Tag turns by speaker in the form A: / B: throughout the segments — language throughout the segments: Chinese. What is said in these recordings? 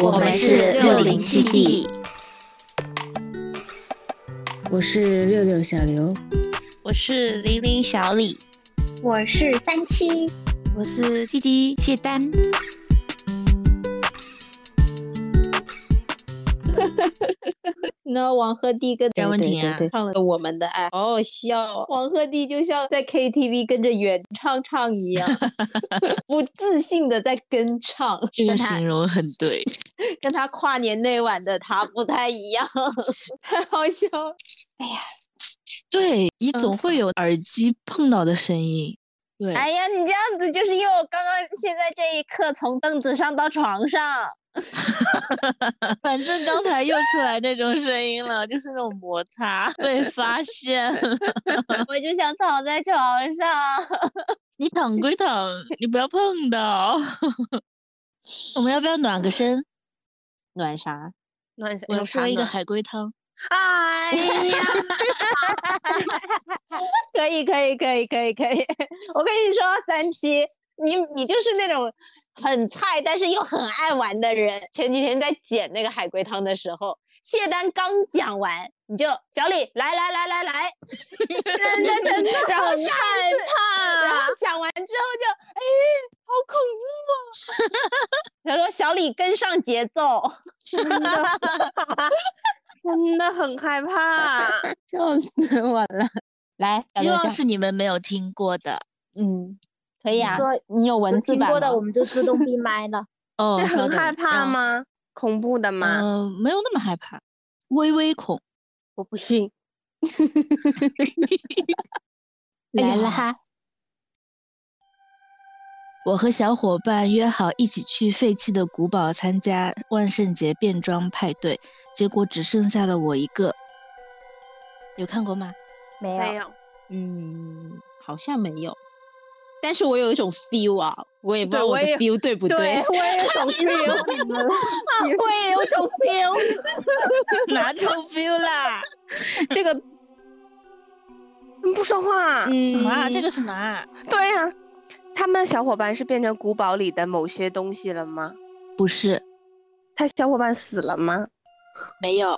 A: 我们是六零七 D，
B: 我是六六小刘，
C: 我是零零小李，
D: 我是三七，
E: 我是弟弟谢丹。
F: 那王鹤棣跟
C: 张文婷啊
F: 唱了《我们的爱》，好好笑啊！王鹤棣就像在 KTV 跟着原唱唱一 样，不自信的在跟唱，
C: 这个
F: 跟他
C: 形容很对。
F: 跟他跨年那晚的他不太一 样，太好笑了。
C: 对你总会有耳机碰到的声音。对，
F: 哎呀，你这样子就是因为我刚刚现在这一刻从凳子上到床 上，
C: 反正刚才又出来那种声音了，就是那种摩擦 被发现了。
F: 我就想躺在床上。
C: 你躺归躺，你不要碰到。 我们要不要暖个身？
F: 暖啥？
A: 暖
C: 我说一个海龟汤。
D: 哎呀，
F: 可以，可以，可以，可以，可以。 我跟你说，三七，你你就是那种很菜，但是又很爱玩的人。前几天在剪那个海龟汤的时候，谢丹刚讲完，你就小李来来来来 来，
D: 真的真的
F: 然后
D: 好
F: 下一 次然
D: 害
F: 后讲完之后就 哎，好恐怖 啊！他说小李跟上节奏，
D: 怕， 真的很害 怕。
B: 笑死我了。
F: 来，小
C: 希
F: 刘
C: 望
F: 讲
C: 是你们没有听过的
F: 嗯，可以啊
D: 说，
F: 你有文
D: 有
F: 字
D: 听
F: 版
D: 过的
F: 吗
D: 我们就自动闭麦 了。
C: 哦。
D: 这
C: 稍
D: 很
C: 等
D: 害怕
C: 让？
D: 吗？恐怖的
C: 嗯、
D: 吗？
C: 没有那么害怕，微微恐。
D: 我不信。
F: 来了
C: 哎
F: 哈，
C: 我和小伙伴约好一起去废弃的古堡参加万圣节变装派对，结果只剩下了我一个。有看过吗？
D: 没
A: 没
D: 有，
A: 有，
F: 嗯，好像没有，但是我有一种 feel 啊，我也不知
A: 对
F: 道我
A: 我
F: 的
A: 也
F: feel 对不
A: 对
D: 我也有种 feel，我也有种 feel。
C: 哪 种 feel 啦？
D: 这个不说话，
F: 嗯
C: 什么啊？这个什么啊？
D: 对呀、他们小伙伴是变成古堡里的某些东西了吗？
C: 不是，
D: 他小伙伴死了吗？
C: 没有，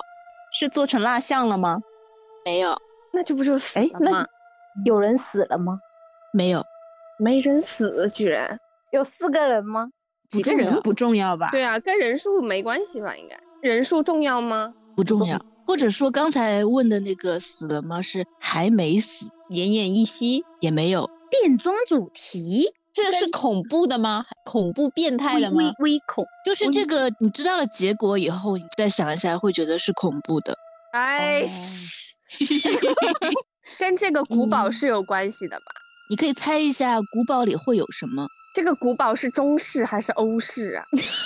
F: 是做成蜡像了吗？
C: 没有，
D: 那这不就死
F: 哎
D: 了
F: 那
D: 吗？
G: 有人死了吗？
C: 没有。
D: 没人死，居然。
G: 有四个人吗？
F: 几个
C: 重
F: 人
C: 要
F: 不重要吧？
D: 对啊，跟人数没关系吧？应该人数重要吗？
C: 不重要。或者说刚才问的那个死了吗？是还没死，
F: 奄奄一息。
C: 也没有，
G: 变装主题
F: 这是恐怖的吗？恐怖变态的吗？
G: 微微恐，
C: 就是这个你知道了结果以后，你再想一下会觉得是恐怖的。
D: 哎，嘘 跟这个古堡是有关系的吧？
C: 你可以猜一下古堡里会有什么？
D: 这个古堡是中式还是欧式啊？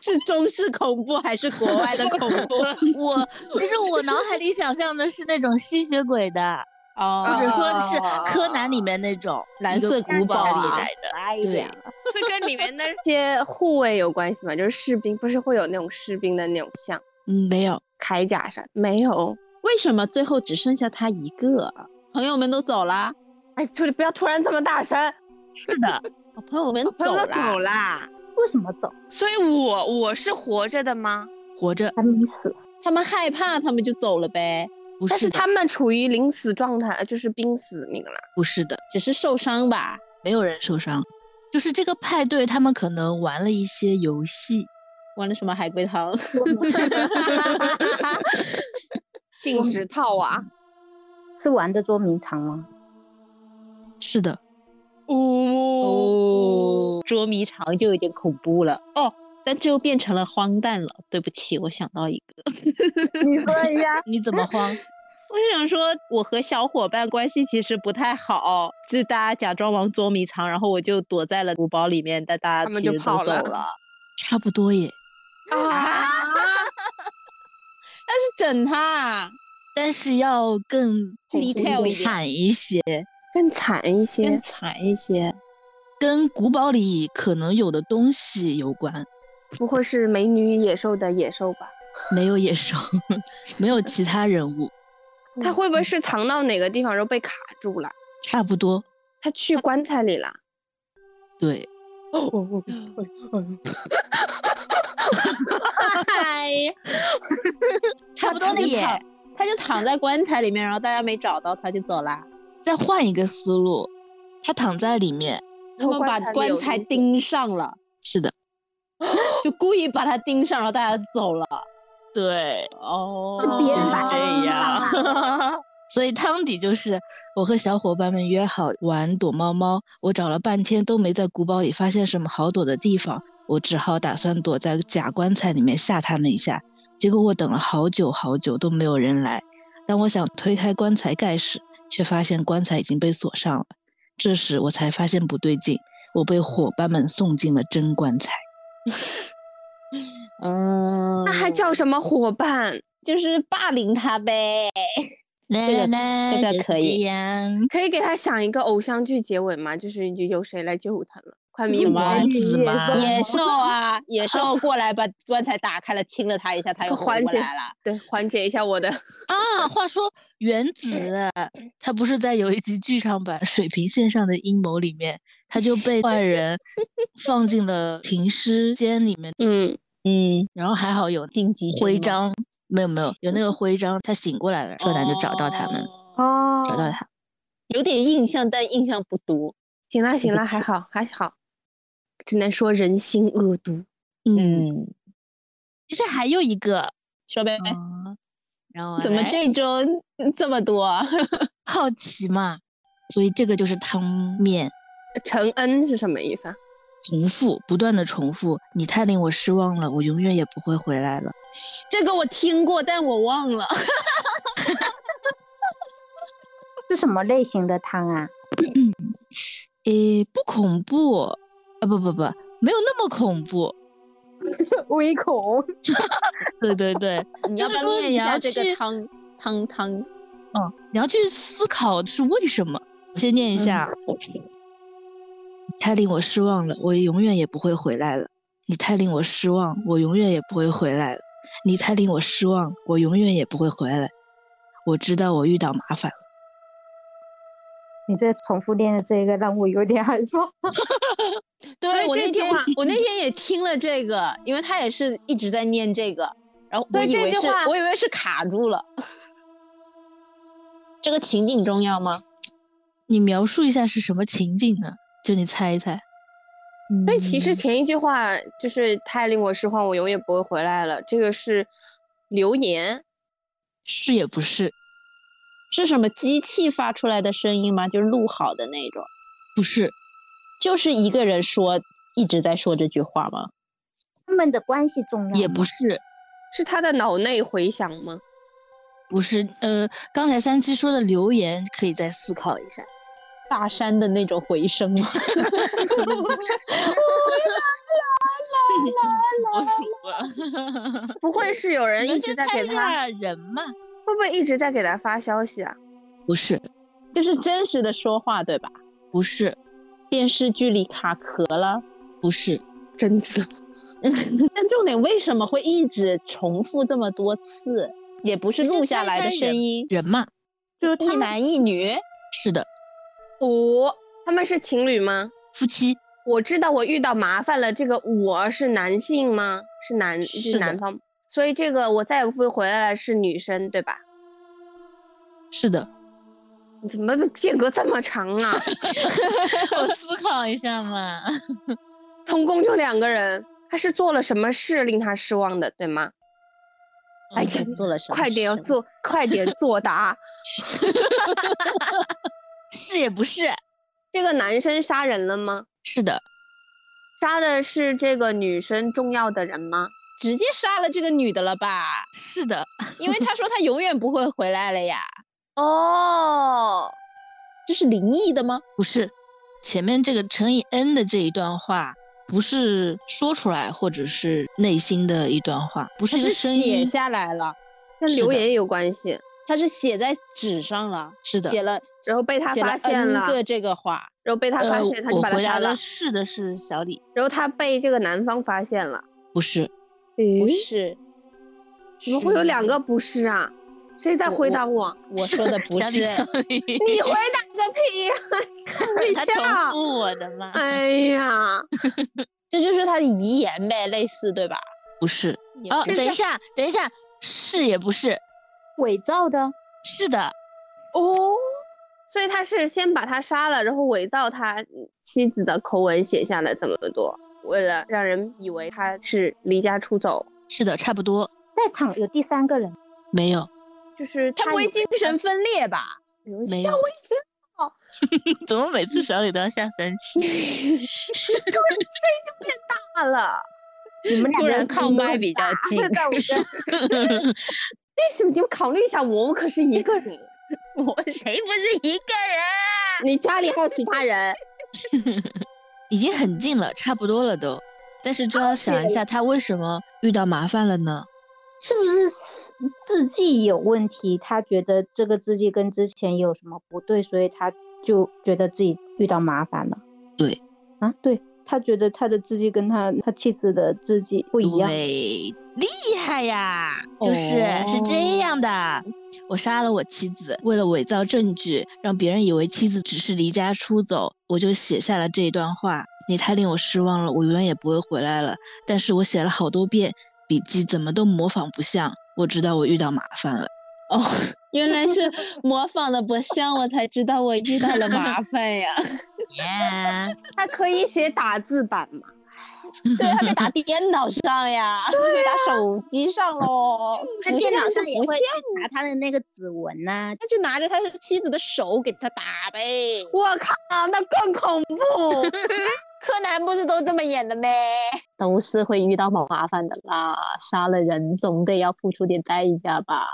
F: 是中式恐怖还是国外的恐怖？
C: 我其实我脑海里想象的是那种吸血鬼的，或
F: 哦
C: 者说是柯南里面那种
F: 蓝
C: 一个
F: 色古堡
C: 里
F: 啊
C: 来的。
G: 哎
C: 对
G: 呀，
D: 是跟里面那些护卫有关系吗？就是士兵，不是会有那种士兵的那种像
C: 嗯，没有，
D: 铠甲啥？没有。
F: 为什么最后只剩下他一个啊？朋友们都走啦，
D: 哎，徒弟不要突然这么大声，
C: 是的，
F: 朋友们走
D: 了
F: 啦，
D: 走啦。
G: 为什么走？
D: 所以我我是活着的吗？
C: 活着
G: 还没死，
F: 他们害怕，他们就走了呗，
C: 不
D: 但
C: 是
D: 是
C: 的
D: 他们处于临死状态，呃就是濒死那个啦。
C: 不是的，
F: 只是受伤吧。
C: 没有人受伤。就是这个派对，他们可能玩了一些游戏，
F: 玩了什么海龟 汤？
D: 禁止套啊娃。
G: 是玩的捉迷藏吗？
C: 是的，
D: 嗯
F: 哦，捉迷藏就有点恐怖了哦，但这又变成了荒诞了。对不起，我想到一个，
G: 你说一下，
C: 你怎么慌？
F: 我想说，我和小伙伴关系其实不太好，就大家假装玩捉迷藏，然后我就躲在了古堡里面，但大
D: 他
F: 家
D: 们
F: 其
D: 就
F: 实
D: 跑
F: 都走
D: 了
F: 了。
C: 差不多耶。
D: 啊！
F: 但是整他啊
C: 但是要更
F: detail 一点
C: 惨一些，
D: 更惨一些
F: 更，惨一些，
C: 跟古堡里可能有的东西有关。
D: 不会是美女与野兽的野兽吧？
C: 没有野兽， 没有其他人物，
D: 他会不会是藏到哪个地方，然后被卡住了？
C: 差不多。
D: 他去棺材里了？
C: 对，
F: 哎呀，差不多了耶。他就躺在棺材里面，然后大家没找到他就走啦。
C: 再换一个思路，他躺在里面，
F: 他们把棺材钉上了，
C: 是的，
F: 就故意把它钉上，然后大家走了。
C: 对，
F: 哦，
G: 是别人把
F: 就是
G: 它钉上了
F: 样。
C: 所以汤底就是我和小伙伴们约好玩躲猫猫，我找了半天都没在古堡里发现什么好躲的地方，我只好打算躲在假棺材里面吓他们一下。结果我等了好久好久都没有人来，当我想推开棺材盖时，却发现棺材已经被锁上了。这时我才发现不对劲，我被伙伴们送进了真棺材。
H: 嗯，
D: 那还叫什么伙伴？
F: 就是霸凌他呗。
I: 这个
F: 这个可以
D: 可以给他想一个偶像剧结尾吗？就是一句有谁来救他了？
G: 嗯
D: 快迷
C: 什
D: 糊
C: 么
D: 了，
C: 子吗？
F: 野兽啊，野兽过来把棺材打开了，亲了他一下，他又活
D: 缓
F: 过
D: 解
F: 来了。
D: 对，缓解一下我的。
C: 啊，话说原
F: 嗯
C: 子，他不是在有一集剧场版《水平线上的阴谋》里面，他就被坏人放进了停尸间里面，
D: 嗯，
F: 嗯，
C: 然后还 好有
F: 晋级之
C: 徽
F: 梦
C: 章，没有没有，有那个徽章，他醒过来了，柯南就找到他们，
F: 哦
G: 哦，
C: 找到他。
F: 有点印象，但印象不多。嗯
D: 行了行
C: 不
D: 了，
C: 起
D: 还好还好，只能说人心恶毒。
C: 嗯，，其实还有一个，
F: 说呗，
C: 嗯，然后
F: 怎么
C: 来
F: 这周这么多 啊？
C: 好奇嘛？所以这个就是汤面。
D: 承恩是什么意思啊？
C: 重复，不断的重复，你太令我失望了，我永远也不会回来了。
F: 这个我听过，但我忘了。
G: 是什么类型的汤啊？
C: 诶，呃不恐怖，啊不不不，没有那么恐怖。
G: 微恐，
C: 对对对，
F: 你 要不要
C: 就是说
F: 念
C: 你
F: 一
C: 要
F: 下这
C: 去
F: 个汤汤汤？
C: 哦，你要去思考是为什么。我先念一下，你太令我失望了，我永远也不会回来了。你太令我失望，我永远也不会回来了。你太令我失望，我永远也不会回来了。我知道我遇到麻烦了，
G: 你这重复练的这个让我有点害怕。
D: 所以
F: 对我
D: 这
F: 那
D: 句
F: 天
D: 话
F: 我那天也听了这个，因为他也是一直在念这个，然后我
D: 对
F: 以
D: 这
F: 为
D: 句
F: 是
D: 话
F: 我以为是卡住了。 这个情景重要吗？
C: 你描述一下是什么情景呢？就你猜一猜。嗯
D: 所以其实前一句话就是太令我失望，我永远不会回来了。这个是留言，
C: 是也不是，
F: 是什么机器发出来的声音吗？就是录好的那种，
C: 不是，
F: 就是一个人说一直在说这句话吗？
G: 他们的关系重要
C: 也不
G: 吗
C: 是，
D: 是他的脑内回响吗？
C: 不是。呃，刚才三七说的留言可以再思考一下。
F: 大山的那种回声吗？
C: 我数了，
D: 不会是有人
C: 你
D: 一直
C: 先
D: 在
C: 猜
D: 给
C: 一
D: 他，
C: 下人嘛？
D: 会不会一直在给他发消息啊？
C: 不是，
F: 就是真实的说话对吧？
C: 不是，
F: 电视剧里卡壳了，
C: 不是，
D: 贞子，
F: 但重点为什么会一直重复这么多次？也不是
C: 你先
F: 录下
C: 猜
F: 来的
C: 猜
F: 声音，
C: 人嘛？
F: 就是一男一女。
C: 是的，
D: 五、他们是情侣吗？
C: 夫妻
D: 我知道我遇到麻烦了，这个我是男性吗？是男，
C: 是
D: 是
C: 的
D: 男方，所以这个我再也不会回来了是女生对吧？
C: 是的。
D: 怎么间隔这么长啊？
C: 我思考一下嘛。
D: 同工就两个人，他是做了什么事令他失望的，对吗？哎呀
F: 你做了什么？
D: 快点要，作，快点 作答。啊
C: 是也不是？
D: 这个男生杀人了吗？
C: 是的，
D: 杀的是这个女生重要的人吗？
F: 直接杀了这个女的了吧？
C: 是的，
F: 因为他说他永远不会回来了呀。
D: 哦，
F: 这是灵异的吗？
C: 不是。前面这个乘以 n 的这一段话，不是说出来或者是内心的一段话，不是
F: 他
C: 一个
F: 是
C: 声
F: 写
C: 音。
F: 下来了，
D: 跟
C: 是
D: 留
C: 的
D: 言有关系，
F: 他是写在纸上了，
C: 是的，
F: 写了，
D: 然后被他
F: 写
D: 发现
F: N
D: 了，
F: 个这个话，
D: 然后被他发
C: 呃
D: 现，他就
C: 我
D: 把他
C: 回
D: 杀
C: 答
D: 了
C: 的，是的是小李，
D: 然后他被这个男方发现了。
C: 不是。
F: 不
D: 诶，
F: 是。
D: 怎么会有两个不是啊？谁在
F: 我
D: 回
F: 我
D: 答我？
F: 我说的不
C: 小李
F: 是，
C: 小 李，
D: 你回答个屁呀、你
C: 他重
D: 跳
C: 复我的嘛？
D: 哎呀，
F: 这就是他的遗言呗，类似对吧？
J: 不是，
C: 哦，等一下，等一下，是也不是，
G: 伪造的，
J: 是的，
D: 哦，所以他是先把他杀了，然后伪造他妻子的口吻写下了这么多，为了让人以为他是离家出走。
J: 是的，差不多。
G: 在场有第三个人，
J: 没有，
D: 就是
F: 他不会精神分裂吧？
J: 没
D: 吓
J: 有
D: 我一 跳，
C: 怎么每次小李都要下三 期？
D: 突然声音就变大了。
G: 你们两
F: 突
G: 个
F: 然靠麦比较 近，
G: 在我这儿
D: 为什么你们考虑一下，我们可是一个人，
C: 我谁不是一个
D: 你家里还有其他人，
J: 已经很近了，差不多了都。但是 就要想一下，他为什么遇到麻烦了呢？
G: 是不是是字迹有问题？他觉得这个字迹跟之前有什么不对，所以他就觉得自己遇到麻烦了。
J: 对，
G: 啊，对他觉得他的字迹跟他他妻子的字迹不一样。
J: 对，厉害呀！就是、是
C: 哦
J: 这样的，我杀了我妻子，为了伪造证据，让别人以为妻子只是离家出走，我就写下了这一段话。你太令我失望了，我永远也不会回来了。但是我写了好多遍，笔记怎么都模仿不像。我知道我遇到麻烦了。哦，
K: 原来是模仿的不像，我才知道我遇到了 麻烦呀。
C: 人？
D: 他可以写打字版吗？
F: 对
C: 啊
F: 他 被打电脑上 呀，被打手机上喽，
G: 他
F: 不
G: 电脑
F: 像
G: 上也
F: 不
G: 会
F: 像，
G: 去查他的那个指纹呐、
F: 他就拿着他的妻子的手给他打呗。
D: 我靠，那更恐怖！
F: 柯南不是都这么演的咩？都是会遇到麻烦的啦，杀了人总得要付出点代价吧。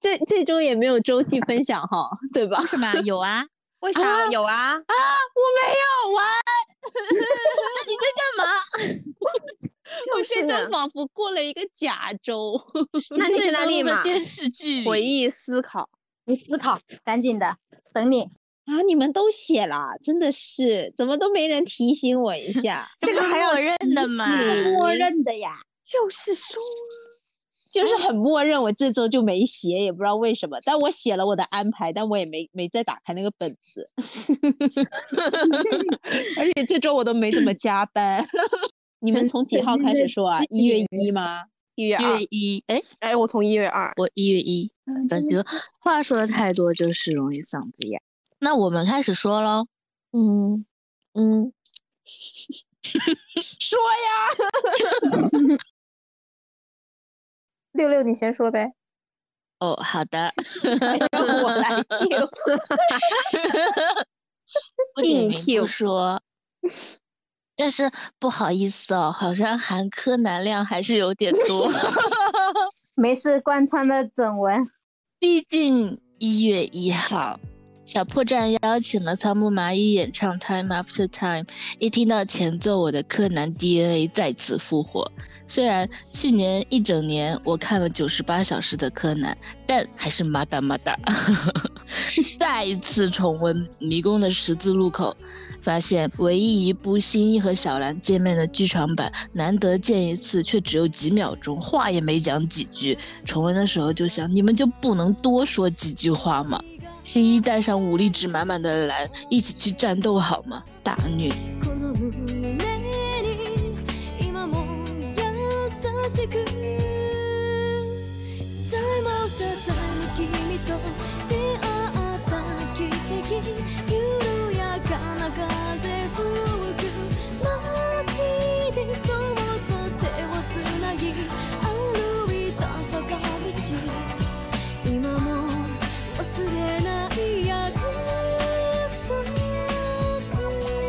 F: 这这周也没有周记分享哈，对吧？
C: 是吗？有啊，
D: 为啥有啊？
F: 我没有玩，
D: 就
F: 我
D: 是
F: 这
D: 呢
F: 周仿佛过了一个假周。
D: 那你是哪里嘛？
C: 电视剧
D: 回忆思考，
G: 你思考，赶紧的，等你。
K: 啊，你们都写了，
F: 啊真的是，怎么都没人提醒我一 下？
C: 这个还有认的嘛？
G: 默认的呀，
D: 就是说，
F: 就是
L: 嗯
F: 很默认，我这周就没写，也不知道为什么。但我写了我的安排，但我也没没再打开那个本 子。 而且这周我都没怎么加班。 你们从几号开始说啊？一月一吗？
D: 一月二
C: 月，一，哎，
D: 哎，我从一月二，
C: 我一月一，
J: 感觉话说的太多就是容易嗓子哑。
C: 那我们开始说喽。
K: 嗯嗯，
F: 说呀！
D: 六六你先说 呗。
C: 哦，好的，
F: 我来 Q。
C: 不
D: 硬
C: 点名
D: Q
C: 不说。但是不好意思哦，好像含柯南量还是有点多，
G: 没事，贯穿了整文。
C: 毕竟一月一号，小破站邀请了仓木麻衣演唱《Time After Time》，一听到前奏，我的柯南 DNA 再次复活。虽然去年一整年我看了九十八小时的柯南，但还是麻达麻达。 再一次重温《迷宫的十字路口》，发现唯一一部新一和小兰见面的剧场版，难得见一次，却只有几秒钟，话也没讲几句。重温的时候就想，你们就不能多说几句话吗？新一带上武力值满满的蓝，一起去战斗好吗？大虐！
M: この胸に今も優しく Time after time 君と出会った奇跡緩やかな風吹く街でそっと手をつなぎ歩いた坂道今も忘れない約束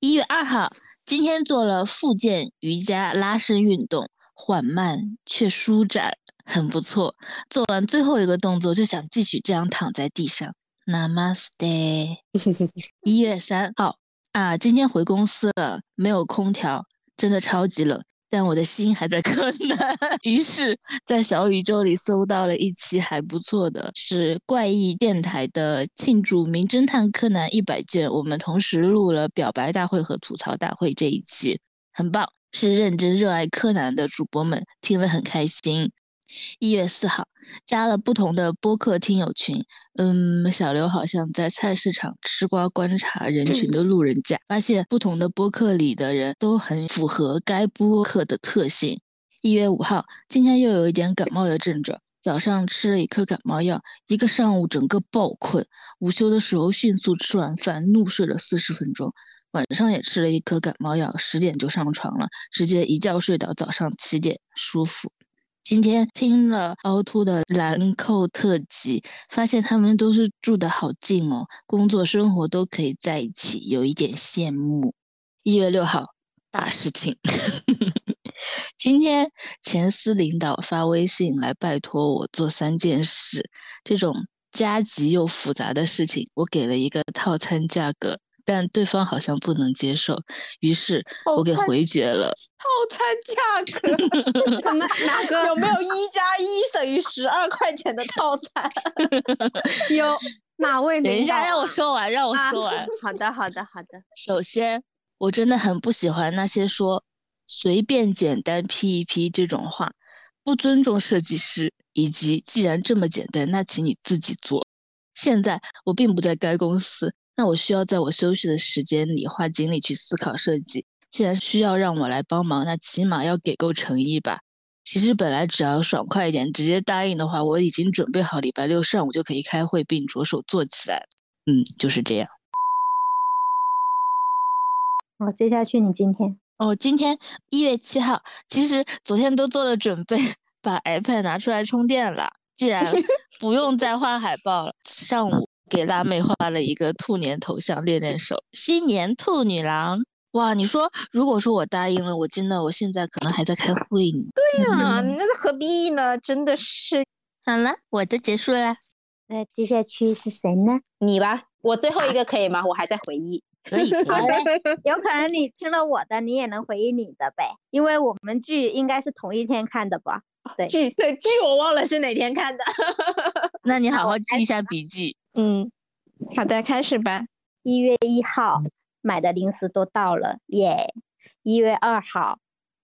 C: 一月二号，今天做了复健、瑜伽、拉伸运动，缓慢却舒展，很不错。做完最后一个动作，就想继续这样躺在地上。Namaste。一月三号啊，今天回公司了，没有空调，真的超级冷。但我的心还在 柯南， 于是，在小宇宙里搜到了一期还不错的，是怪异电台的庆祝《名侦探柯南》一百卷。我们同时录了表白大会和吐槽大会这一期，很棒，是认真热爱柯南的主播们听了很开心。一月四号，加了不同的播客听友群。嗯，小刘好像在菜市场吃瓜观察人群的路人甲，发现不同的播客里的人都很符合该播客的特性。一月五号，今天又有一点感冒的症状，早上吃了一颗感冒药，一个上午整个暴困，午休的时候迅速吃完饭，怒睡了四十分钟。晚上也吃了一颗感冒药，十点就上床了，直接一觉睡到早上七点，舒服。今天听了凹凸的兰蔻特辑，发现他们都是住得好近哦，工作生活都可以在一起，有一点羡慕。一月六号，大事情。今天前司领导发微信来拜托我做三件事，这种加急又复杂的事情，我给了一个套餐价格，但对方好像不能接受，于是
D: 哦
C: 我给回绝了。
L: 套餐价格
D: 怎么哪个
L: 有没有一加一等于十二块钱的套 餐？
D: 有哪位
C: 等一
D: 领导
C: 下，
D: 啊？
C: 让我说完，让我
D: 啊
C: 说完。
D: 好的，好的，好的。
C: 首先，我真的很不喜欢那些说随便简单 P 一 P 这种话，不尊重设计师，以及既然这么简单，那请你自己做。现在我并不在该公司，那我需要在我休息的时间里花精力去思考设计。既然需要让我来帮忙，那起码要给够诚意吧。其实本来只要爽快一点，直接答应的话，我已经准备好礼拜六上午就可以开会并着手做起来了。嗯，就是这样。
G: 好，接下去你今天
C: 哦，今天一月七号，其实昨天都做了准备，把 iPad 拿出来充电了。既然不用再画海报了，上午给辣妹画了一个兔年头像，练练手，新年兔女郎。哇，你说如果说我答应了，我真的我现在可能还在开会呢。嗯
L: 对呀、那是何必呢？真的是
C: 好了，我的结束了，
G: 那呃接下去是谁呢？
L: 你吧，我最后一个可以吗？我还在回忆。
C: 可以。
G: 好嘞， 有可能你听了我的，你也能回忆你的呗，因为我们剧应该是同一天看的吧？对
L: 剧对剧我忘了是哪天看的。
C: 那你好好记一下笔记。
F: 嗯，好的，开始吧。
G: 一月一号买的零食都到了，耶！一月二号，《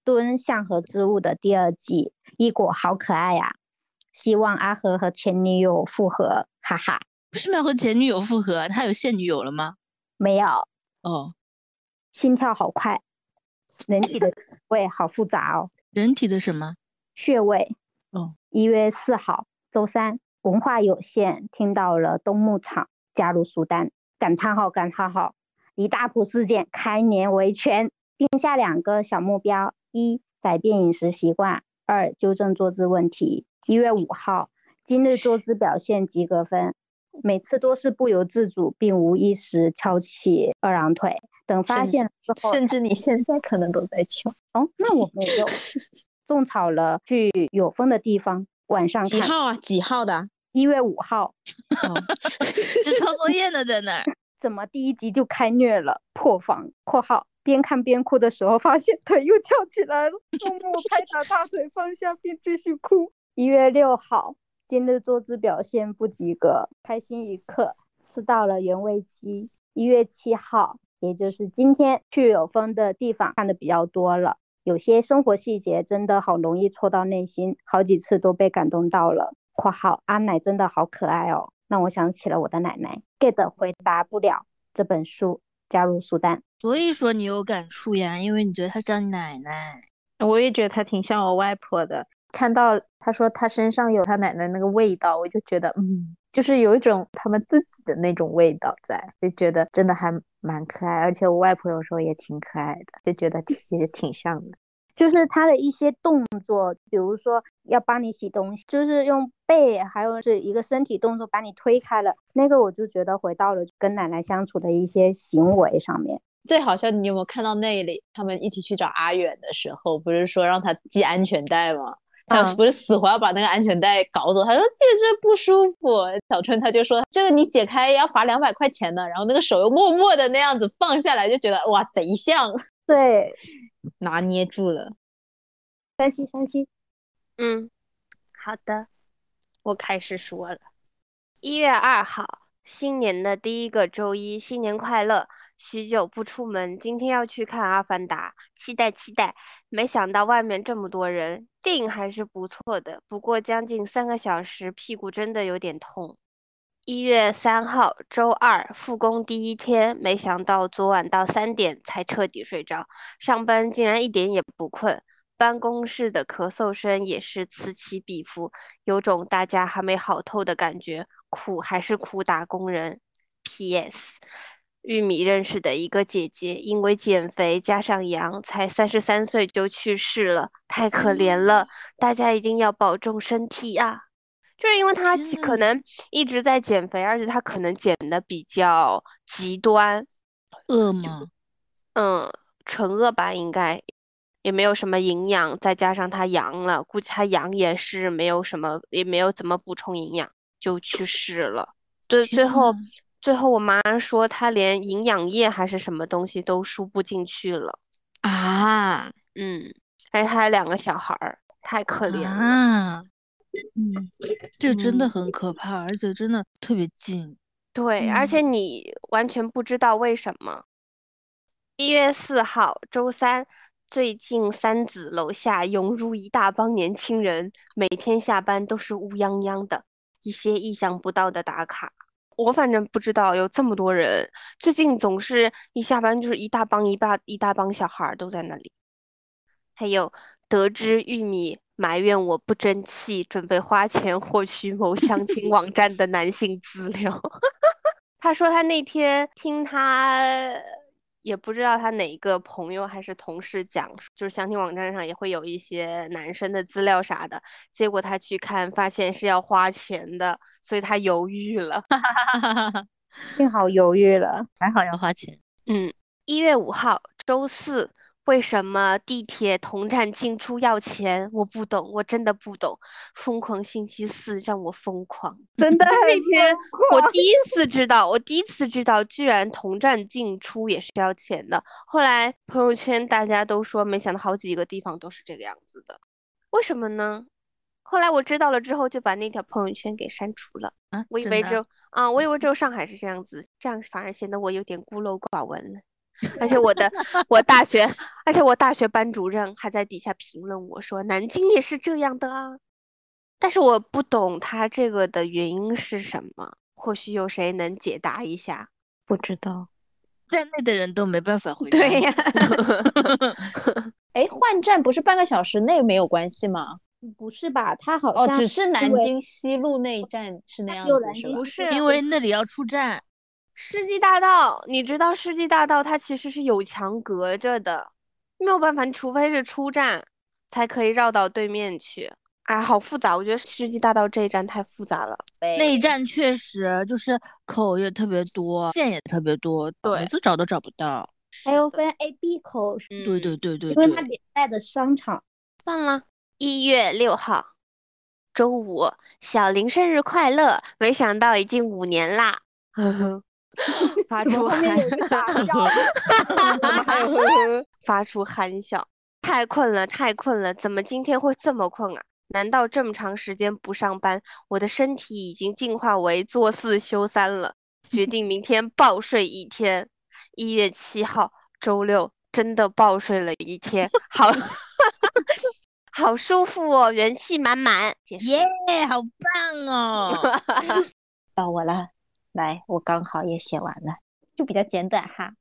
G: 蹲向河之物》的第二季，一果好可爱呀、希望阿和和前女友复合，哈哈，
C: 为什么要和前女友复合？他有现女友了吗？
G: 没有，
C: 哦，
G: 心跳好快，人体的 穴位好复杂哦，
C: 人体的什么？
G: 穴位。
C: 哦，
G: 一月四号，周三，文化有限听到了东牧场加入苏丹，感叹号感叹号，李大普事件开年维权，定下两个小目标：一，改变饮食习惯；二，纠正坐姿问题。一月五号，今日坐姿表现及格分，每次都是不由自主，并无意识翘起二郎腿。等发
F: 甚
G: 现了之后，
L: 哦
F: 甚至你现在可能都在敲。
G: 哦，那我没有种草了，去有风的地方，晚上
L: 几
G: 看。
L: 号啊？几号的？
G: 一月五号，
C: 是 抄作业呢，在那儿。
G: 怎么第一集就开虐了？破防（括号）边看边哭的时候，发现腿又翘起来了，杜牧拍打大腿放下，并继续哭。一月六号，今日坐姿表现不及格，开心一刻吃到了原味鸡。一月七号，也就是今天去有风的地方看的比较多了，有些生活细节真的好容易戳到内心，好几次都被感动到了。（括号阿奶真的好可爱哦，让我想起了我的奶奶。）get 回答不了这本书，加入苏丹。
C: 所以说你有感触呀，因为你觉得他像你奶奶。
F: 我也觉得他挺像我外婆的。看到他说他身上有他奶奶那个味道，我就觉得，嗯，就是有一种他们自己的那种味道在，就觉得真的还蛮可爱。而且我外婆有时候也挺可爱的，就觉得其实挺像的。
G: 就是他的一些动作，比如说要帮你洗东西，就是用背还有是一个身体动作把你推开了，那个我就觉得回到了跟奶奶相处的一些行为上面。
N: 最好笑，你有没有看到那里他们一起去找阿远的时候，不是说让他系安全带吗？他
G: 嗯
N: 不是死活要把那个安全带搞走，他说系着不舒服。小春他就说这个你解开要罚两百块钱呢，然后那个手又默默的那样子放下来，就觉得哇贼像。
G: 对，
F: 拿捏住了。
G: 三七三七，
D: 嗯，好的，我开始说了。一月二号，新年的第一个周一，新年快乐！许久不出门，今天要去看《阿凡达》，期待期待。没想到外面这么多人，电影还是不错的，不过将近三个小时，屁股真的有点痛。一月三号，周二，复工第一天，没想到昨晚到三点才彻底睡着，上班竟然一点也不困。办公室的咳嗽声也是此起彼伏，有种大家还没好透的感觉。苦还是苦打工人。P.S. 玉米认识的一个姐姐，因为减肥加上阳，才三十三岁就去世了，太可怜了。大家一定要保重身体啊！就是因为她可能一直在减肥，而且她可能减的比较极端，
C: 饿吗？
D: 嗯，纯饿吧，应该。也没有什么营养，再加上他阳了，估计他阳也是没有什么，也没有怎么补充营养，就去世了。对，最后最后我妈说他连营养液还是什么东西都输不进去了
C: 啊，
D: 嗯，而且他还两个小孩儿，太可怜了。
C: 啊，嗯，这真的很可怕，而且真的特别 近。
D: 对，而且你完全不知道为什么。一月四号，周三。最近三子楼下涌入一大帮年轻人，每天下班都是乌泱泱的，一些意想不到的打卡。我反正不知道有这么多人，最近总是一下班就是一大帮一大一大帮小孩儿都在那里。还有得知玉米埋怨我不争气，准备花钱获取某相亲网站的男性资料。他说他那天听他。也不知道他哪一个朋友还是同事讲，就是相亲网站上也会有一些男生的资料啥的。结果他去看，发现是要花钱的，所以他犹豫了。
O: 幸好犹豫了，
E: 还好要花钱。
D: 嗯，一月五号，周四，为什么地铁同站进出要钱？我不懂，我真的不懂。疯狂星期四让我疯狂，
O: 真的
D: 那天我
O: 狂
D: 第一次知道，我第一次知道，居然同站进出也是要钱的。后来朋友圈大家都说，没想到好几个地方都是这个样子的，为什么呢？后来我知道了之后，就把那条朋友圈给删除了。
E: 啊
D: 我以
E: 真
D: 为
E: 的
D: 只有啊，我以为只有上海是这样子，这样反而显得我有点孤陋寡闻了。而且我的我大学，而且我大学班主任还在底下评论我说，南京也是这样的啊。但是我不懂他这个的原因是什么，或许有谁能解答一下？
F: 不知 道。
C: 站内的人都没办法回答。
O: 对呀、
P: 哎，换站不是半个小时内没有关系吗？
G: 嗯不是吧？他好
P: 哦，
G: 像
P: 只是南
G: 因为
P: 京西路那一站是那样
G: 只有
P: 子
G: 南
P: 是
G: 京
P: 吧？
G: 不
D: 是
C: 因为那里要出站。
D: 世纪大道，你知道世纪大道它其实是有墙隔着的，没有办法，你除非是出站才可以绕到对面去。哎，好复杂，我觉得世纪大道这一站太复杂了。
C: 那一站确实就是口也特别多，线也特别多，
D: 对
C: 每次找都找不到。
G: 还有分 A、B 口，
P: 嗯
D: 嗯
C: 对对对对
G: 因为它
C: 对，
G: 连带的商 场。
D: 算了，一月六号，周五，小林生日快乐！没想到已经五年啦， 发
G: 怎
D: 出
G: 么后面
D: 寒
G: 有一 个打 招呼？
D: 发出憨笑。太困了，太困了，怎么今天会这么困啊？难道这么长时间不上班，我的身体已经进化为做四休三了？决定明天暴睡一天。一月七号，周六，真的暴睡了一天，好， 好舒服哦，元气满满。结束
C: 耶，哎好 棒哦！
P: 到我了，来，我刚好也写完了。
F: 就比较简短 哈。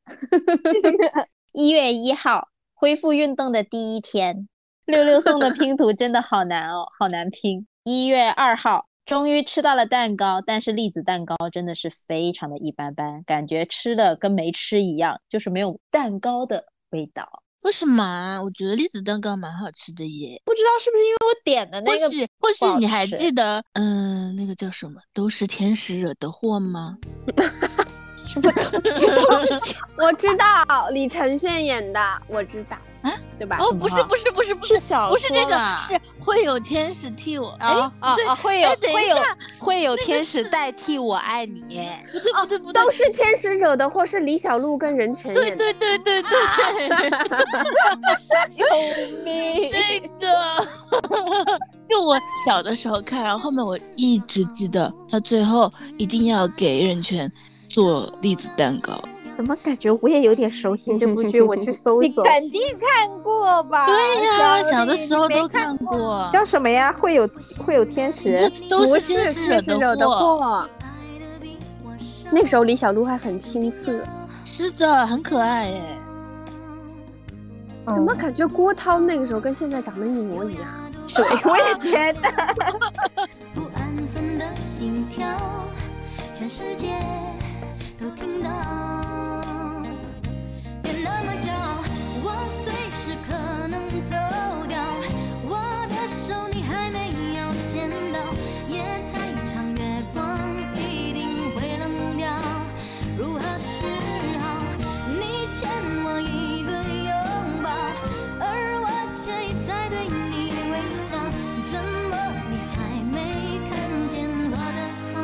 F: 一月一号，恢复运动的第一天，六六送的 拼图真的好难哦，好难拼。一月二号，终于吃到了蛋糕，但是栗子蛋糕真的是非常的一般般，感觉吃的跟没吃一样，就是没有蛋糕的味道。
C: 为什么啊？我觉得栗子蛋糕蛮好吃的耶。
F: 不知道是不是因为我点的那
C: 或
F: 个
C: 许或许
F: 好
C: 你还
F: 吃
C: 记得，嗯、那个叫什么？都是天使惹的祸吗？
F: 什么东西都是
Q: 我知道李承铉演的，我知道，
C: 啊
Q: 对吧？
C: 哦，不是不是不是不是
P: 小
C: 不是这
P: 说
C: 个
P: 吧，
C: 是会有天使替我。哎、
F: 啊啊
C: 对
F: 啊！会有
C: 哎等一
F: 会有
C: 下
F: 会有天使
C: 是
F: 代替我爱你，
C: 不对不对不
D: 哦
C: 对，
Q: 都是天使者的，或是李小璐跟任泉
C: 对
Q: 演的。
C: 对对对对对，
F: 救命！
C: 这个
E: 就我小的时候看，然后后面我一直记得他最后一定要给任泉做栗子蛋糕。
F: 怎么感觉我也有点熟悉这部剧？我 去搜一
O: 你
F: 搜，
O: 肯定看过吧？
E: 对呀、
O: 小
E: 小的
O: 丽
E: 时候
O: 你没
E: 都看过，
F: 叫什么呀？会有会有 天使，
E: 都
Q: 不
E: 先
Q: 是
E: 是
Q: 天使惹的
E: 祸。
Q: 祸。那个时候李小璐还很青涩，
E: 是的，很可爱哎。
G: 嗯
D: 哦
Q: 怎么感觉郭涛那个时候跟现在长得一模一样？
F: 对，我也觉得。
M: 不安分的心跳，全世界都听到。别那么骄傲，我随时可能走掉。我的手你还没有牵到，夜太长，月光一定会冷掉。如何是好？你欠我一个拥抱，而我却一再对你微笑，怎么你还没看见我的好？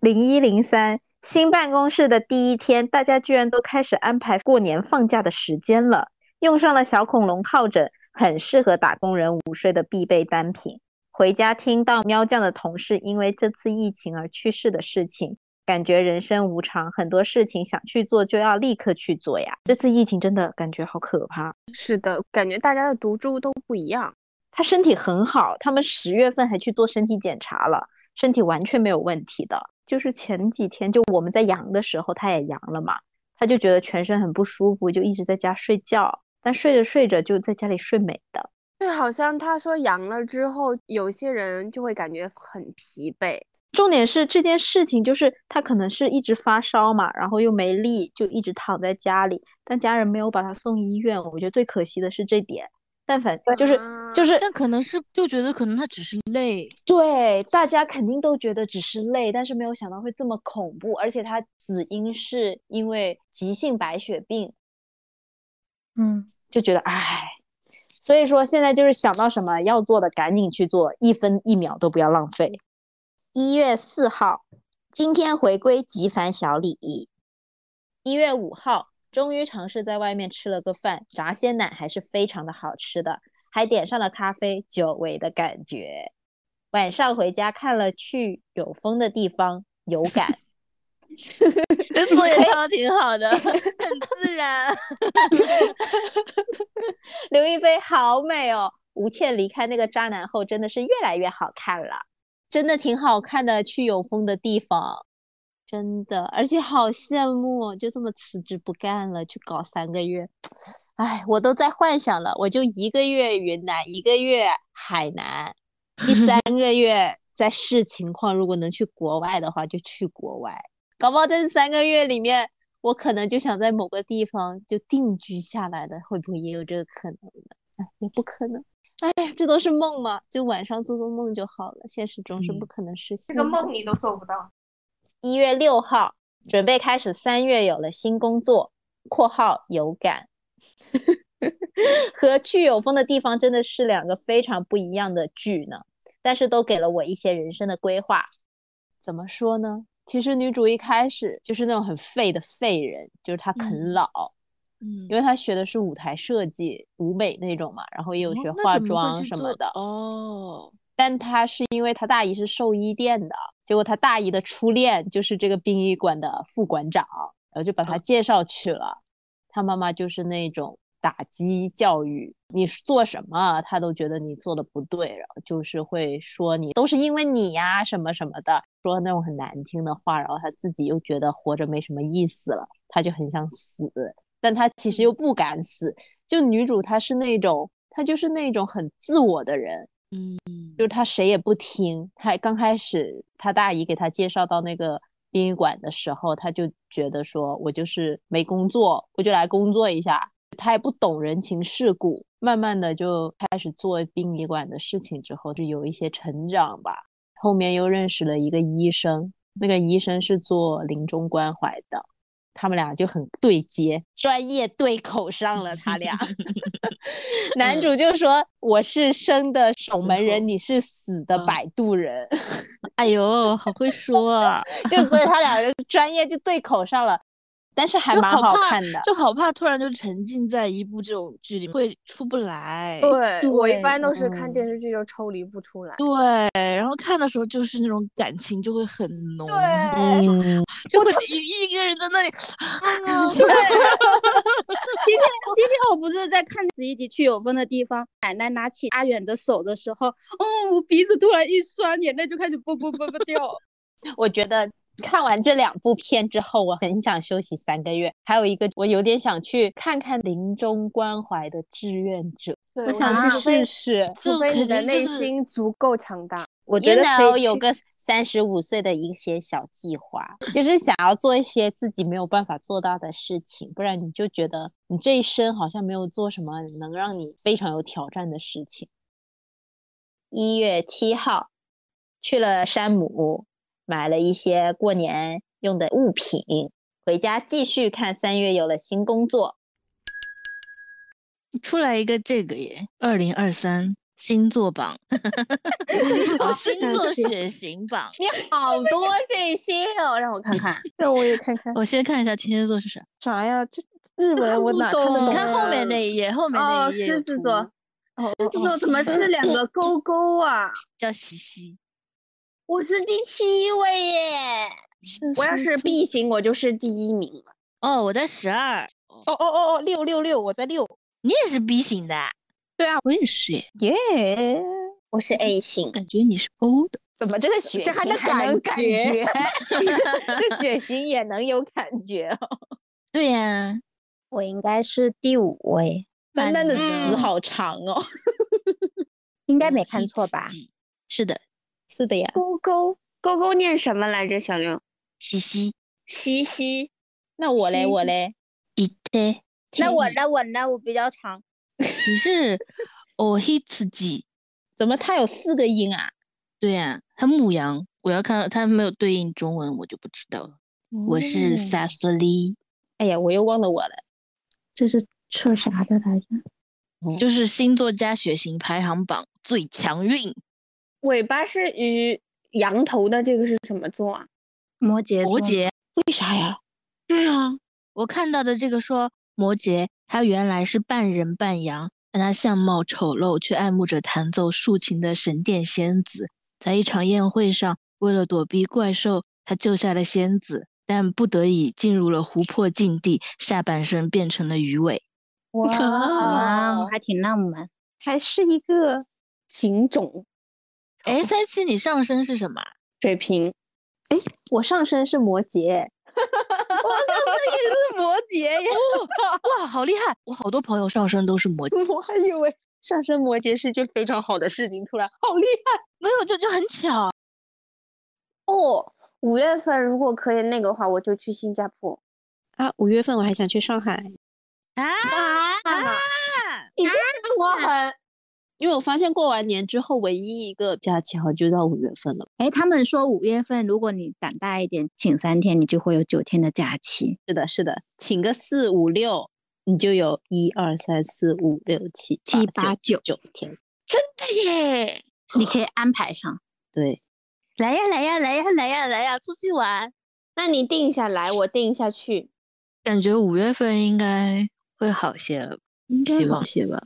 F: 零一零三新办公室的第一天，大家居然都开始安排过年放假的时间了，用上了小恐龙靠枕，很适合打工人午睡的必备单品。回家听到喵酱的同事因为这次疫情而去世的事情，感觉人生无常，很多事情想去做就要立刻去做呀。这次疫情真的感觉好可怕。
Q: 是的，感觉大家的毒株都不一样。
F: 他身体很好，他们十月份还去做身体检查了，身体完全没有问题的。就是前几天就我们在阳的时候，他也阳了嘛，他就觉得全身很不舒服，就一直在家睡觉。但睡着睡着就在家里睡美的，
Q: 对，好像他说阳了之后，有些人就会感觉很疲惫。
F: 重点是这件事情，就是他可能是一直发烧嘛，然后又没力，就一直躺在家里，但家人没有把他送医院，我觉得最可惜的是这点。但反就是
C: 啊
F: 就是
E: 但可能是就觉得可能他只是累，
P: 对，大家肯定都觉得只是累，但是没有想到会这么恐怖，而且他死因是因为急性白血病，
G: 嗯，
P: 就觉得唉。所以说现在就是想到什么要做的赶紧去做，
F: 一分一秒都不要浪费。一月四号，今天回归极繁小李。一月五号，终于尝试在外面吃了个饭，炸鲜奶还是非常的好吃的，还点上了咖啡，久违的感觉。晚上回家看了去有风的地方，有 感。
E: 作业抄的挺好 的，很自然。
F: 刘亦菲好美哦！吴倩离开那个渣男后，真的是越来越好看了，真的挺好看的。去有风的地方，真的，而且好羡慕哦，就这么辞职不干了，去搞三个月。哎，我都在幻想了，我就一个月云南，一个月海南，第三个月再视情况，如果能去国外的话，就去国外。搞不好在这三个月里面，我可能就想在某个地方就定居下来的，会不会也有这个可能呢？哎，也不可能。哎，这都是梦嘛，就晚上做做梦就好了，现实中是不可能实现的。
O: 你都做不到。
F: 一月六号，准备开始三月有了新工作（括号有感） 和去有风的地方真的是两个非常不一样的剧呢，但是都给了我一些人生的规划。怎么说呢？其实女主一开始就是那种很废的废人，就是她啃老，
E: 嗯
F: 因为她学的是舞台设计、舞美那种嘛，然后也有
E: 哦
F: 学
E: 那
F: 化
E: 怎么会
F: 妆
E: 去
F: 什
E: 做
F: 么的。
E: 哦，
F: 但他是因为他大姨是兽医店的，结果他大姨的初恋就是这个殡仪馆的副馆长，然后就把
E: 嗯
F: 他介绍去了。他妈妈就是那种打击教育，你做什么他都觉得你做的不对，然后就是会说你都是因为你呀、什么什么的，说那种很难听的话，然后他自己又觉得活着没什么意思了，他就很想死，但他其实
E: 嗯
F: 又不敢死。就女主她是那种，她就是那种很自我的人，
E: 嗯，
F: 就是他谁也不听。他刚开始他大姨给他介绍到那个殡仪馆的时候，他就觉得说我就是没工作，我就来工作一下。他也不懂人情世故，慢慢的就开始做殡仪馆的事情，之后就有一些成长吧。后面又认识了一个医生，那个医生是做临终关怀的，他们俩就很对接，专业对口上了，他俩。男主就说：“我是生的守门人，你是死的摆渡 人。
E: 哎呦，好会说啊！
F: 就所以他俩就专业就对口上了。但是还
C: 就
F: 蛮
C: 好怕
F: 看的。
C: 就好怕突然就沉浸在一部这种剧里面会出不来。
D: 对我一般都是
C: 嗯
D: 看电视剧就抽离不出来。
C: 对，然后看的时候就是那种感情就会很浓，
R: 嗯，
C: 就会一一个人在那里，啊
G: 今天今天我不是在看十一集去有风的地方，奶奶拿起阿远的手的时候，哦，我鼻子突然一酸，眼泪就开始啵啵啵啵掉。
F: 我觉得看完这两部片之后，我很想休息三个月。还有一个，我有点想去看看临终关怀的志愿者，
D: 对
F: 我想去
D: 除非
F: 试试。
D: 除非你的
C: 肯定
D: 内
C: 就是
D: 心足够强大。
F: 我
S: 觉
F: 觉
S: 得
F: 得
S: 可以
F: 有
S: 去
F: 个三十五岁的一些小计划，就是想要做一些自己没有办法做到的事情，不然你就觉得你这一生好像没有做什么能让你非常有挑战的事情。一月七号去了山姆，买了一些过年用的物品，回家继续看。三月有了新工作，
C: 出来一个这个耶，二零二三星座榜， 哦，星座血型榜。
D: 你好多这些哦，让我看看。
T: 让我也看看
C: 我先看一下天蝎座是啥，嗯
T: 啥呀？这日文我哪看得懂？
C: 你看啊后面那一页，后面那
D: 哦，
C: 一页有
D: 狮子
C: 图
D: 座，狮子座怎么是两个勾勾啊？
C: 叫西西，
U: 我是第七位耶，
D: 我要是 B 型，我就是第一名了。
C: 哦，我在十二，
F: 哦哦哦哦，六六六，我在六，
C: 你也是 B 型的啊，
F: 对啊，
C: 我也是耶，
F: 耶、
D: 我是 A 型，
C: 感觉你是 O 的，
S: 哎怎么这个血
F: 这还
S: 型
F: 能感
S: 能感
F: 觉
S: 觉？这血型也能有感觉哦？
C: 对呀，
U: 我应该是第五位，
S: 丹丹的词
C: 嗯
S: 好长哦。
U: 应该没看错吧？
C: 是的，
F: 是的呀。
D: 勾勾勾勾念什么来着？小刘，
C: 西西，
D: 西西，
F: 那我嘞，
D: 星
F: 我
D: 星
F: 嘞，
C: 伊特，
G: 那我呢？我呢？我比较长，
C: 你是 O h i t s
F: 怎么它有四个音啊？
C: 对呀，他牧羊，我要看他没有对应中文，我就不知道了。我是
F: 嗯
C: 萨斯利，
F: 哎呀，我又忘了我了。
U: 这是测啥的来着？
C: 就是星座加血型排行榜最强运，
D: 尾巴是鱼羊头的，这个是什么座啊？
U: 摩羯
C: 摩
U: 座，
C: 羯。
F: 为啥呀？
C: 对啊，我看到的这个说摩羯，他原来是半人半羊，但他相貌丑陋，却爱慕着弹奏竖琴的神殿仙子。在一场宴会上，为了躲避怪兽，他救下了仙子，但不得已进入了湖泊禁地，下半身变成了鱼尾。
G: 啊
D: 啊
G: 哇，
F: 哇
G: 我，还挺浪漫。
F: 还是一个
D: 情种
C: 哎，三七，你上身是什么啊？
D: 水瓶，
F: 我上身是摩羯，
D: 这也是摩羯呀。
C: 哇，好厉害！我好多朋友上身都是摩羯，
F: 我还以为上身摩羯是件非常好的事情，突然好厉害。
C: 没有这就很巧。
D: 哦，五月份如果可以那个话，我就去新加坡。
T: 啊，五月份我还想去上海。
F: 啊我很，啊因为我发现过完年之后，唯一一个假期好像就到五月份了。
G: 哎，他们说五月份如果你胆大一点，请三天，你就会有九天的假期。
F: 是的，是的，请个四五六，你就有一二三四五六七
G: 七八
F: 九九天。
G: 你可以安排上。
F: 对，
C: 来呀来呀来呀来呀来呀，出去玩！
D: 那你定下来，我定下 去。
C: 感觉五月份应该会好些了吧，
F: 应
C: 希望
F: 些吧。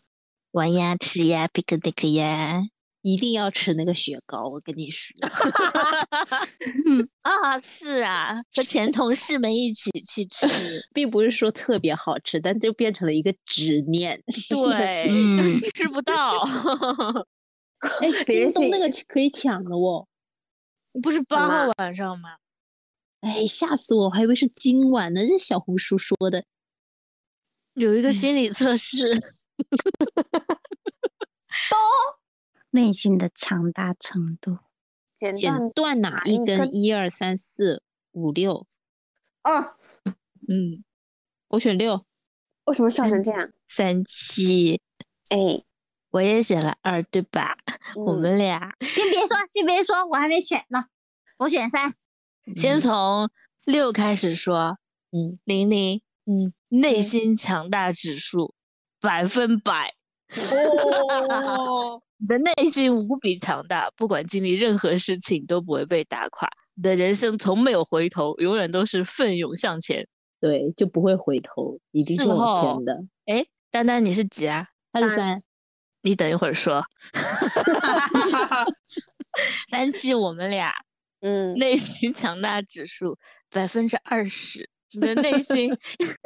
C: 玩呀吃呀 picnic 呀。
F: 一定要吃那个雪糕，我跟你说。
C: 啊，是 啊，和前同事们一起去吃，
F: 并不是说特别好吃，但就变成了一个执念。
C: 对，就是 吃不到，
F: 哎，
D: 连
F: 京东
D: 续
F: 那个可以抢了哦。
C: 不是八号晚上吗？
F: 哎，吓死我！我还以为是今晚呢。这小红书说的，
C: 有一个心理测试，
G: 内心的强大程度，
D: 简
F: 剪
D: 单
F: 断哪一
D: 一
F: 根？
D: 根
F: 一二三四五六，
D: 哦，
C: 嗯，
F: 我选六。
D: 为什么笑成这样？
C: 三七，
D: 哎，
C: 我也选了二，对吧？我
D: 嗯
C: 们俩
G: 先别说，先别说，我还没选呢，我选三。
C: 先从六开始说，
F: 嗯
C: 玲玲，
F: 嗯，
C: 内心强大指数百分百，
F: 哦，
C: 你的内心无比强大，不管经历任何事情都不会被打垮，你的人生从没有回头，永远都是奋勇向前。
F: 对，就不会回头，一定是
V: 是
F: 往
V: 吼
F: 前的。嗯
V: 哎，丹丹你是几啊？
F: 他是三，
V: 你等一会儿 说。单记我们俩
F: 嗯，
C: 内心强大指数百分之二十，你的内 心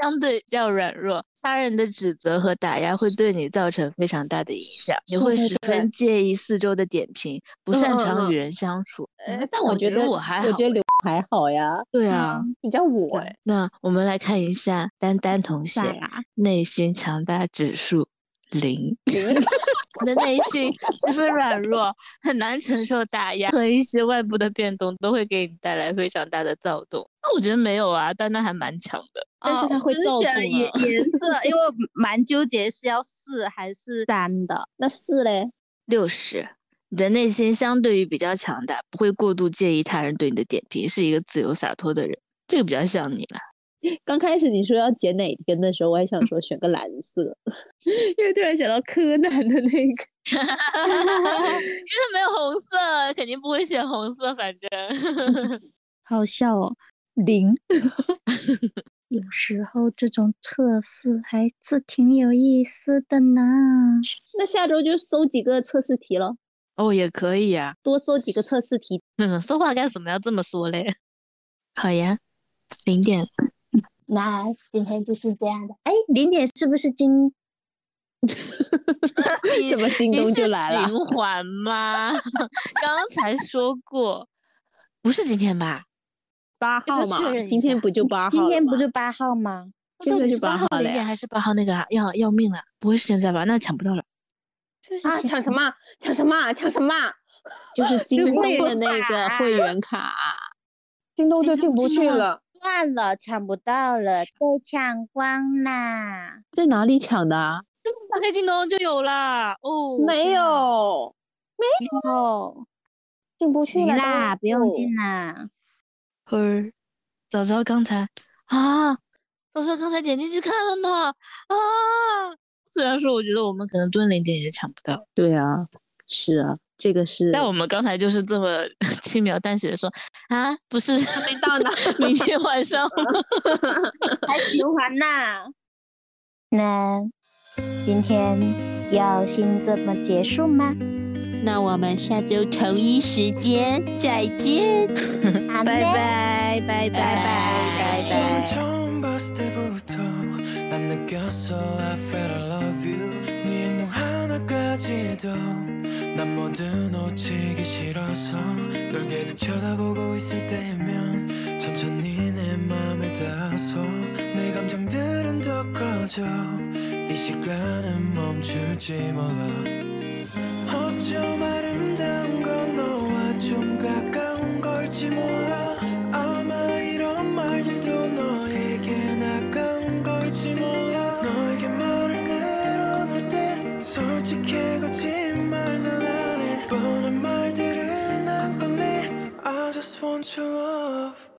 C: 相对较软弱，他人的指责和打压会对你造成非常大的影响，你
F: 对
C: 会
F: 对
C: 十
F: 对
C: 分介意四周的点评，不
F: 嗯
C: 擅
F: 嗯
C: 长
F: 嗯
C: 与人相处。
F: 哎
C: 但
F: 我
C: 我
F: 觉
C: 得
F: 得
C: 我还
F: 我
C: 好
F: 觉得嗯刘还好呀。
C: 对啊，
F: 你叫我哎，
C: 那我们来看一嗯下丹丹同学
M: 咋
C: 内心强大指数零，你 的内心十分软弱，很难承受打压和一些外部的变动，都会给你带来非常大的躁动。那我觉得没有啊，丹丹还蛮强的。
F: 但是
G: 哦
F: 他会
G: 我只
F: 躁
G: 选了
F: 动
G: 颜
F: 啊
G: 颜色，因为我蛮纠结是要四还是三的。
F: 那四嘞？
C: 六十，你的内心相对于比较强大，不会过度介意他人对你的点评，是一个自由洒脱的人。这个比较像你了。
F: 刚开始你说要剪哪根的时候，我还想说选个蓝色， 因为突然想到柯南的那个。
C: 因为他没有红色，啊肯定不会选红色，反正。
M: 好笑哦，零。有时候这种测试还是挺有意思的呢。
F: 那下周就搜几个测试题了，
C: 哦，也可以呀、
F: 多搜几个测试题。
C: 嗯， 说话干什么要这么说嘞？ 好呀，零点
M: 那今天就是这样的。哎，零点是不是今？
F: 怎么京
C: 你
F: 东
C: 是
F: 就来了？
C: 循环吗？ 刚才说过，不是今天吧？
F: 八
C: 要
F: 号
C: 不
F: 嘛
C: 要确认，一
F: 今天
C: 下
F: 不就八号
M: 今天不
F: 就
M: 就八号吗？
F: 现
C: 到
F: 在
C: 底
F: 就是
C: 八
F: 八
C: 号
F: 了
C: 零点
F: 呀？
C: 还是八号那个啊？要要命了！不会是现在吧？那抢不到了。
D: 啊，抢什么？抢什么？抢什么？
F: 就是京
D: 会
F: 东
D: 员
F: 的那个
D: 卡
F: 会啊员卡，
D: 京东就进不去了。
M: 算了，抢不到了，被抢光啦。
F: 在哪里抢的啊？
C: 打开京东就有啦。哦，
D: 没有，
M: 没有，
D: 进不去
M: 没
D: 了。
M: 啦，不用进啦。
C: 会儿，早知道刚才啊，早知道刚才点进去看了呢啊！虽然说我觉得我们可能蹲零点也抢不到，
F: 对啊，是啊，这个是。
C: 但我们刚才就是这么 轻描淡写的说啊，不是
D: 没到呢。
C: 明天晚上
M: 还循环呐。那今天要先这么结束吗？
F: 那我们下周同一时间再见，拜
M: 拜
F: 拜拜拜拜拜。
W: 처음 봤을 때부터 난 느꼈어 I felt I love you 네 행동 하나까지도 난 모두 놓치기 싫어서 널 계속 쳐다보고 있을 때면 천천히 내 맘에 닿아서 내 감정들은 더 커져 이 시간은 멈출지 몰라 어쩜 아름다운 건 너와 좀 가까운 걸지 몰라 아마 이런 말들도 너에게 나가운 걸지 몰라 너에게 말을 내려놓을 땐 솔직해 거짓말